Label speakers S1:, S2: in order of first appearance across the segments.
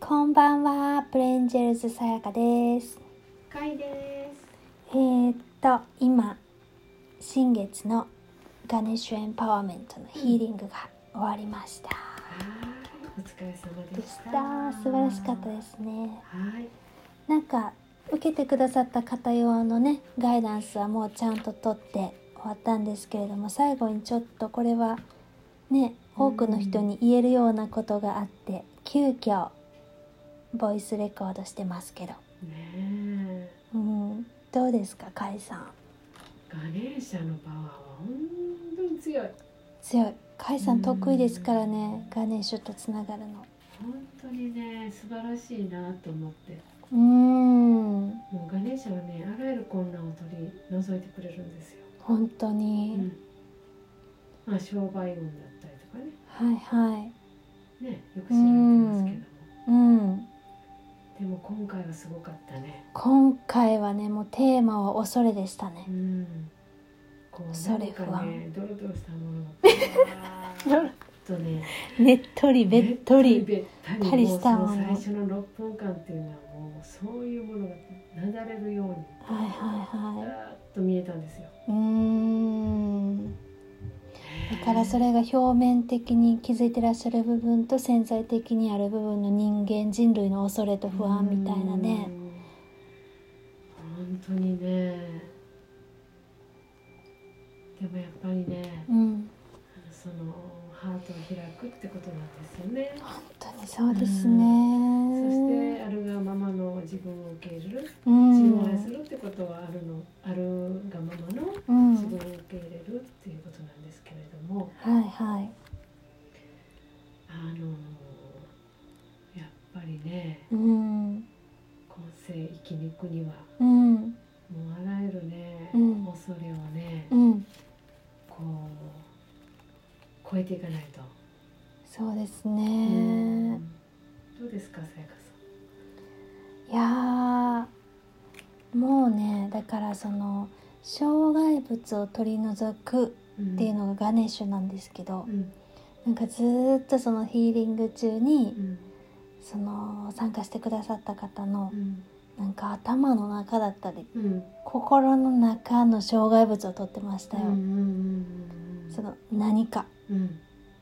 S1: こんばんは、プレンジェルズさやかです。
S2: かいで
S1: え
S2: す。
S1: ー、っと、今、新月のガネッシュエンパワーメントのヒーリングが終わりました。
S2: お疲れ様
S1: で
S2: で
S1: し
S2: したた。
S1: 素晴らしかったですね。
S2: はい。
S1: なんか、受けてくださった方用のね、ガイダンスはもうちゃんと取って終わったんですけれども、最後にちょっとこれは、ね、多くの人に言えるようなことがあって、急遽、ボイスレコードしてますけど。
S2: ねえ、
S1: うん、どうですか、カイさん。
S2: ガネーシャのパワーは本当に強い。
S1: 強い。カイさん得意ですからね、ガネーシュとつながるの。
S2: 本当にね、素晴らしいなと思って。
S1: うーん、
S2: もうガネーシャはね、あらゆる困難を取り除いてくれるんですよ。
S1: 本当
S2: う
S1: に。
S2: ん。まあ商売運だったりとかね、
S1: はいはい。
S2: ね、よく知られてますけども。
S1: うん。
S2: でも今回はすごかったね。
S1: 今回はね、もうテーマは恐れでしたね
S2: う。ん。こう
S1: そ
S2: な
S1: れ
S2: んか
S1: 不
S2: ね
S1: 安、
S2: ドロドロしたものが。ふ わーっとね。
S1: ねっとりべっとり。
S2: べったり
S1: たりしたもの
S2: うそ最初の6分間っていうのはもうそういうものがなだれるように
S1: はいはい
S2: ガー
S1: は
S2: ッと見えたんですよ
S1: い。うーん。だからそれが表面的に気づいてらっしゃる部分と潜在的にある部分の人間人類の恐れと不安みたいなね
S2: う。ん本当にねでもやっぱりね
S1: うん。
S2: そのハートを開くってことなんですよね
S1: 本当にそうですね、
S2: そしてあるがままの自分を受け入れる
S1: うん、
S2: 自分を愛するってことはあるのあるがままの
S1: うん、
S2: 自分を受け入れるっていうことなんですけれども、
S1: はいは
S2: あのやっぱりね
S1: いうん
S2: 今世生き抜くには
S1: うん
S2: もうあらゆるね、
S1: うん
S2: 恐れをね、
S1: うん
S2: こう超えていかないと、
S1: そうです
S2: う
S1: ね、
S2: んどうですかさやか
S1: いやーもうねだからその障害物を取り除く
S2: さん
S1: っていうのがガネーシュなんですけど
S2: う、ん
S1: なんかずーっとそのヒーリング中に
S2: うん
S1: その参加してくださった方の
S2: うん
S1: なんか頭の中だったり
S2: うんうん
S1: 心の中の障害物を取ってましたよ、
S2: うんうんうん
S1: その何か
S2: うん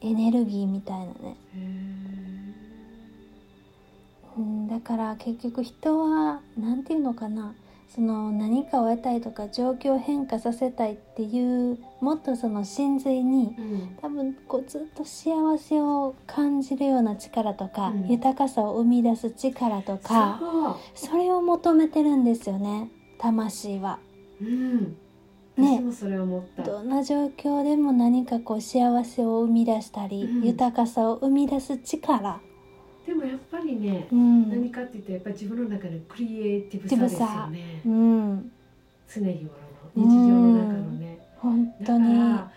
S1: エネルギーみたいなね、
S2: へー
S1: うん、だから結局人は何て言うのかなその何かを得たいとか状況を変化させたいっていうもっとその真髄に
S2: うん
S1: 多分こうずっと幸せを感じるような力とか、
S2: うん
S1: 豊かさを生み出す力とか
S2: そ
S1: それを求めてるんですよね魂は。
S2: ううん
S1: ね
S2: 私もそれ思った、
S1: どんな状況でも何かこう幸せを生み出したり、
S2: うん
S1: 豊かさを生み出す力、
S2: でもやっぱりね
S1: う、ん、
S2: 何かって言ったらやっぱり自分の中でクリエイティブさですよね、
S1: うん
S2: 常日頃の日常の中のね、
S1: 本
S2: だ
S1: 当
S2: か
S1: に
S2: らあ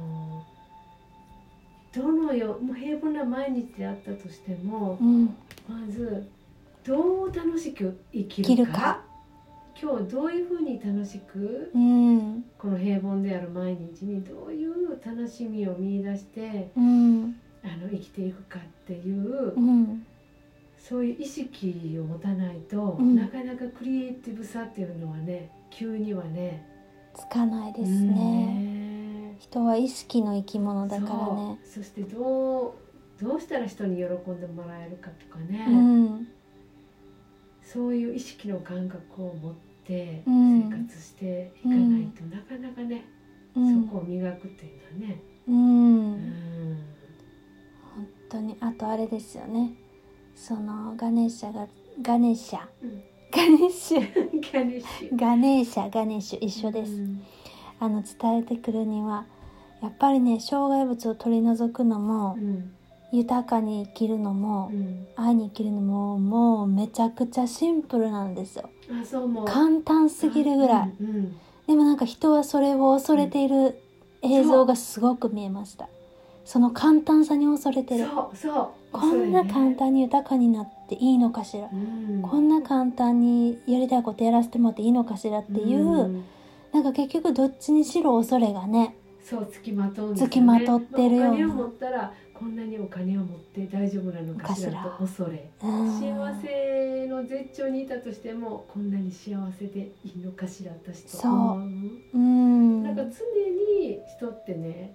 S2: のどのよもう平凡な毎日であったとしても
S1: う、ん
S2: まずどう楽しく生きるか
S1: 生きるか
S2: 今日どういうふうに楽しく
S1: うん
S2: この平凡である毎日にどういう楽しみを見出して
S1: うん
S2: あの生きていくかっていう、
S1: うん
S2: そういう意識を持たないと、
S1: うん
S2: なかなかクリエイティブさっていうのはね急にはね
S1: つかないです
S2: うん
S1: ね、
S2: ね
S1: 人は意識の生き物だからね
S2: そうそしてどうどうしたら人に喜んでもらえるかとかね、
S1: うん
S2: そういう意識の感覚を持って
S1: うん
S2: 生活していかないと、なかなかね、
S1: うん
S2: そこを磨くっていうのはね、
S1: う
S2: うんん
S1: 本当にあとあれですよねそのガネーシャがガネーシャ
S2: うん、
S1: ガネーシュ
S2: いかにし
S1: ガネーシャガネーシュ 一緒です、
S2: うん
S1: あの伝えてくるにはやっぱりね障害物を取り除くのも、
S2: うん
S1: 豊かに生きるのも、
S2: うん
S1: 会いに生きるのももうめちゃくちゃシンプルなんですよ
S2: あそうもう
S1: 簡単すぎるぐらい、
S2: うんうん
S1: でもなんか人はそれを恐れている映像がすごく見えましたその簡単さに恐れてる
S2: そうそう
S1: こんな簡単に豊かになっていいのかしら、こん
S2: な
S1: な簡単にやりたいことやらせてもらっていいのかしらっていう、なんか結局どっちにしろ恐れがね
S2: そうつきまとうんですよね
S1: つきまとってるような
S2: まあお金を持ったらこんなにお金を持って大丈夫なのかしらと
S1: お
S2: 恐れ
S1: うん
S2: 幸せの絶頂にいたとしてもこんなに幸せでいいのかしら私と
S1: そう
S2: 思
S1: うん
S2: なんか常に人ってね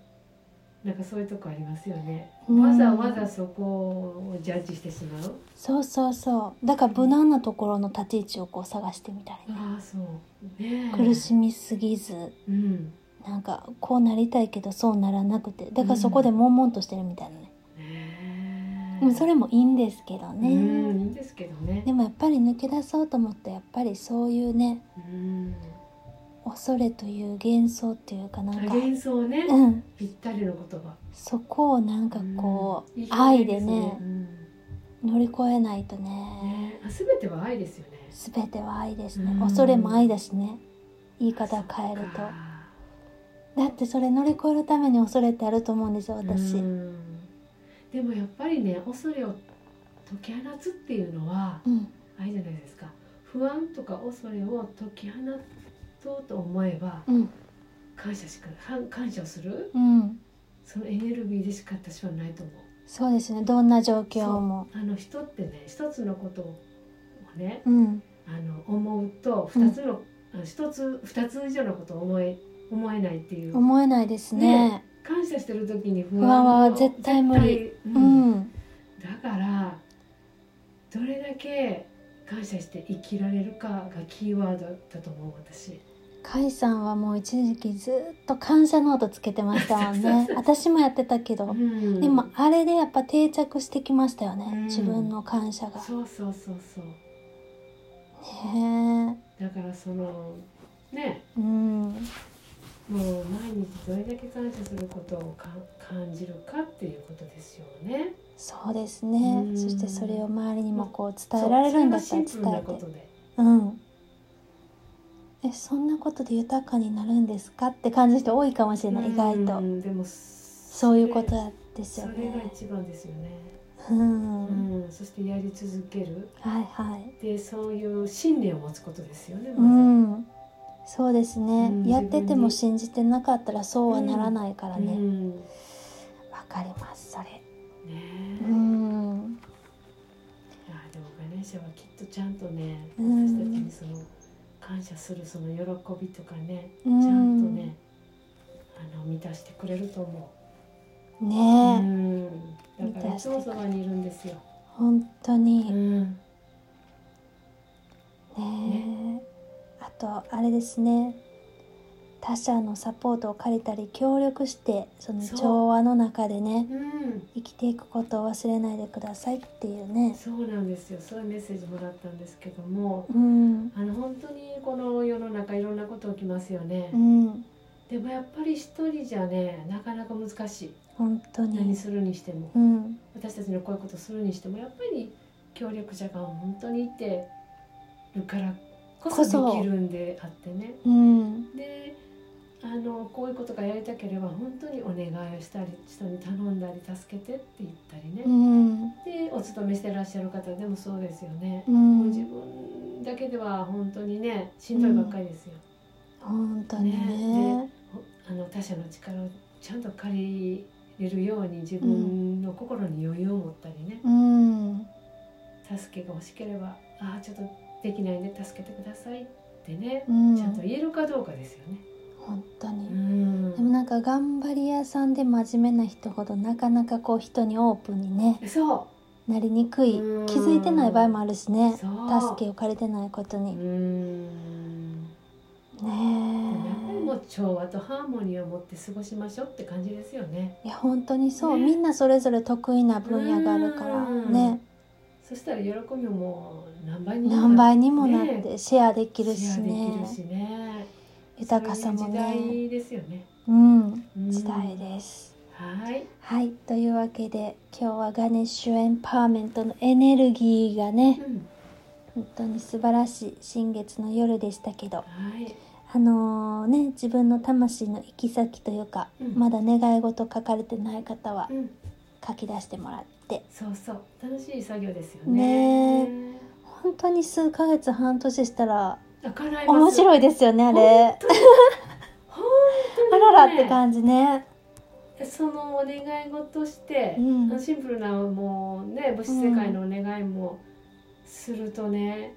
S2: なんかそういうとこありますよね、
S1: うん
S2: わざわざそこをジャッジしてしまう
S1: そうそうそうだから無難なところの立ち位置をこう探してみたりね
S2: ああそうねえ
S1: 苦しみすぎず
S2: うん
S1: なんかこうなりたいけどそうならなくてだからそこで悶々としてるみたいなね、
S2: ね
S1: もうそれもいいんですけど
S2: ね
S1: ね、
S2: うんいいんですけどね
S1: でもやっぱり抜け出そうと思ってやっぱりそういうね
S2: うん
S1: 恐れという幻想っていうかなんか、
S2: 幻想ね、
S1: うん、
S2: ぴったりの言葉
S1: そこをなんかこう、
S2: んいい表
S1: 愛
S2: 現
S1: でね
S2: うん
S1: 乗り越えないとね
S2: ね、あ全ては愛ですよね。
S1: 全ては愛ですね、
S2: うん
S1: 恐れも愛だしね言い方変えると
S2: そっか
S1: だってそれ乗り越えるために恐れってあると思うんですよ私、うん
S2: うんでもやっぱりね恐れを解き放つっていうのは愛じゃないですか不安とか恐れを解き放とうと思えば
S1: うん
S2: 感謝しか感感謝をする
S1: うん
S2: そのエネルギーでしか私はないと思う
S1: そうですねどんな状況も
S2: あの人ってね一つのことをね
S1: うん
S2: あの思うと
S1: うん
S2: 二つの、あの一つ二つ以上のことを思え思えないっていう
S1: 思えないですね
S2: 感謝してる時に不
S1: 不安は
S2: 安を
S1: 絶対無理
S2: 絶対
S1: う
S2: うん
S1: ん、
S2: だからどれだけ感謝して生きられるかがキーワードだと思う私
S1: 甲斐さんはもう一時期ずっと感謝ノートつけてましたも んね私もやってたけど、
S2: ん
S1: でもあれでやっぱ定着してきましたよね、
S2: うん
S1: 自分の感謝が
S2: そうそうそうそう
S1: ね
S2: だからそのね
S1: えうん
S2: もう毎日どれだけ感謝することをか感じるかっていうことですよね
S1: そうですね、
S2: うん
S1: そしてそれを周りにもこう伝えられるんだったら
S2: そ
S1: 伝
S2: うそれはシンプ
S1: え
S2: ルなこ
S1: て
S2: とで
S1: うんえそんなことで豊かになるんですかって感じる人多いかもしれない、意外
S2: う
S1: と
S2: んでも
S1: そ
S2: そう
S1: いうことですよ
S2: それが
S1: ね
S2: 一番ですよね、
S1: うん、
S2: うん、そしてやり続ける
S1: はいはい
S2: でそういう信念を持つことですよね
S1: う
S2: まず
S1: んそうですね、
S2: うん
S1: やってて
S2: 自分
S1: も
S2: で
S1: 信じてなかったらそうはならないから
S2: う
S1: ね
S2: ん
S1: わ、かりますそれ
S2: ねえ
S1: うん
S2: あでもガネーシャはきっとちゃんとね
S1: うん
S2: 私たちにその感謝するその喜びとかね
S1: ちゃ
S2: ちゃんとねあの満たしてくれると思
S1: ね
S2: う、
S1: え、
S2: うん、だからいつもそばにいるんですよ、
S1: 本当
S2: う
S1: に
S2: ん、
S1: ねあとあれですね他者のサポートを借りたり協力してその
S2: そう
S1: 調和の中でね
S2: うん、
S1: 生きていくことを忘れないでくださいっていうね
S2: そうなんですよそういうメッセージもらったんですけども
S1: うん
S2: あの本当にこの世の中いろんなこと起きますよね、
S1: うん
S2: でもやっぱり一人じゃねなかなか難しい
S1: 本当
S2: 何
S1: に
S2: するにしても
S1: うん
S2: 私たちのこういうことするにしてもやっぱり協力者が本当にいてるからこ
S1: こそ
S2: そできるんであってね
S1: うん
S2: であのこういうことがやりたければ本当にお願いをしたり人に頼んだり助けてって言ったりね
S1: う、ん
S2: でお勤めしてらっしゃる方でもそうですよね
S1: う、
S2: もう自
S1: ん
S2: 分だけでは本当にねしんどいばっかりですよ、
S1: 本当に
S2: ね
S1: ね
S2: あの他者の力をちゃんと借りれるように自分の心に余裕を持ったりね、
S1: うん
S2: 助けが欲しければ「ああちょっとできないんで助けてください」ってね、
S1: うん
S2: ちゃんと言えるかどうかですよね。
S1: 本当
S2: う
S1: にでも
S2: ん
S1: なんか頑張り屋さんで真面目な人ほどなかなかこう人にオープンにね
S2: そ
S1: なりにくい気
S2: うん
S1: づいてない場合もあるし
S2: う
S1: ね
S2: そう
S1: 助けを借りてないこと
S2: う
S1: にね
S2: んやっぱりも
S1: え
S2: う調和とハーモニーを持って過ごしましょうって感じですよね。
S1: いや本当にそう、
S2: ね
S1: みんなそれぞれ得意な分野があるから
S2: うん
S1: ね
S2: そしたら喜びももう何倍にも
S1: 何倍にもなっ
S2: ね
S1: てシェアでき
S2: シェ
S1: る
S2: アで
S1: しね
S2: きるしね
S1: 豊かさも
S2: そうい
S1: ね
S2: う時代ですよね。
S1: うん
S2: うん
S1: 時代です。
S2: はい。
S1: はいというわけで今日はガネッシュエンパワーメントのエネルギーがね
S2: うん
S1: 本当に素晴らしい新月の夜でしたけど
S2: はい。
S1: あのーね自分の魂の行き先というか、
S2: うん
S1: まだ願い事書かれてない方は
S2: うん。
S1: 書き出してもらって
S2: そうそう楽しい作業ですよ
S1: ね
S2: ね。
S1: え
S2: ね
S1: 本当に数ヶ月半年したら
S2: え。叶います
S1: 面白いですよねあれ
S2: 本当に
S1: あららって
S2: じ
S1: 感じね
S2: そのお願い事して、
S1: うん
S2: シンプルなもうね物質世界のお願いもするとね、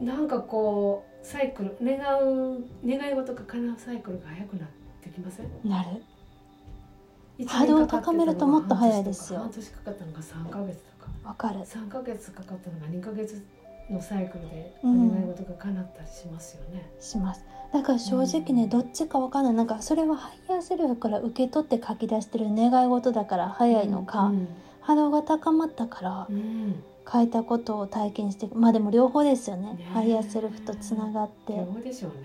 S2: なんかこうサイクル願う願い事が叶うサイクルが早くなってきません
S1: なる
S2: 一年
S1: 波動を
S2: かかってたのが
S1: 高めるともっと早いですよ
S2: 半年とか半年かかったのが三ヶ月とか
S1: わかる
S2: 三ヶ月かかったのが二ヶ月のサイクルでお
S1: うん
S2: 願い事が叶ったりしますよね。
S1: しますだから正直ね、
S2: うん
S1: どっちかわかんないなんかそれはハイヤーセルフから受け取って書き出してる願い事だから早いのか、
S2: うん
S1: 波動が高まったから
S2: うん
S1: 書いたことを体験してまあでも両方ですよね
S2: ね
S1: ハイヤーセルフとつながって
S2: どうでしょうね。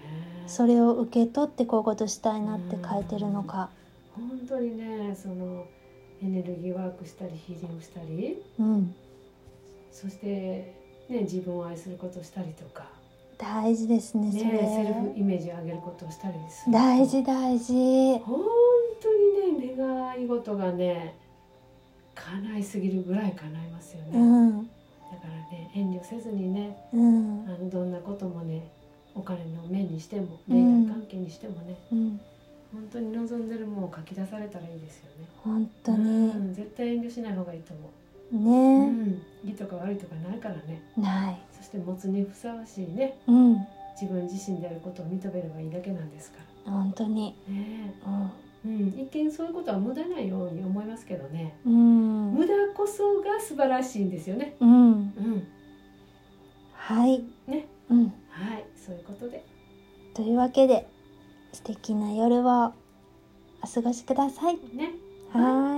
S1: それを受け取ってこういうことしたいなって書いてるのか
S2: 本当にねそのエネルギーワークしたりヒーリングしたり
S1: うん
S2: そして、ね、自分を愛することをしたりとか、
S1: 大事ですね
S2: ね、
S1: そ
S2: セルフ
S1: れ
S2: イメージを上げることをしたりすると
S1: 大事大事
S2: 本当にね願い事がね叶いすぎるぐらい叶いますよね、
S1: う
S2: だ
S1: ん
S2: からね遠慮せずにね
S1: うん
S2: あのどんなこともねお金の面にしても
S1: う
S2: 恋
S1: ん
S2: 愛関係にしてもね、
S1: うん
S2: 本当に望んでるものを書き出されたらいいですよね
S1: 本当
S2: う
S1: に
S2: ん、絶対遠慮しない方がいいと思うう
S1: ね
S2: ん、いいとか悪いとかないからね
S1: ない
S2: そして持つにふさわしいね
S1: うん
S2: 自分自身であることを認めればいいだけなんですか
S1: 本当に
S2: らね
S1: うん
S2: え、うん、一見そういうことは無駄ないように思いますけどね
S1: うん
S2: 無駄こそが素晴らしいんですよね
S1: うん
S2: うん
S1: はい
S2: ね
S1: うん
S2: はいそういうことで
S1: というわけで素敵な夜をお過ごしください
S2: ね
S1: はーい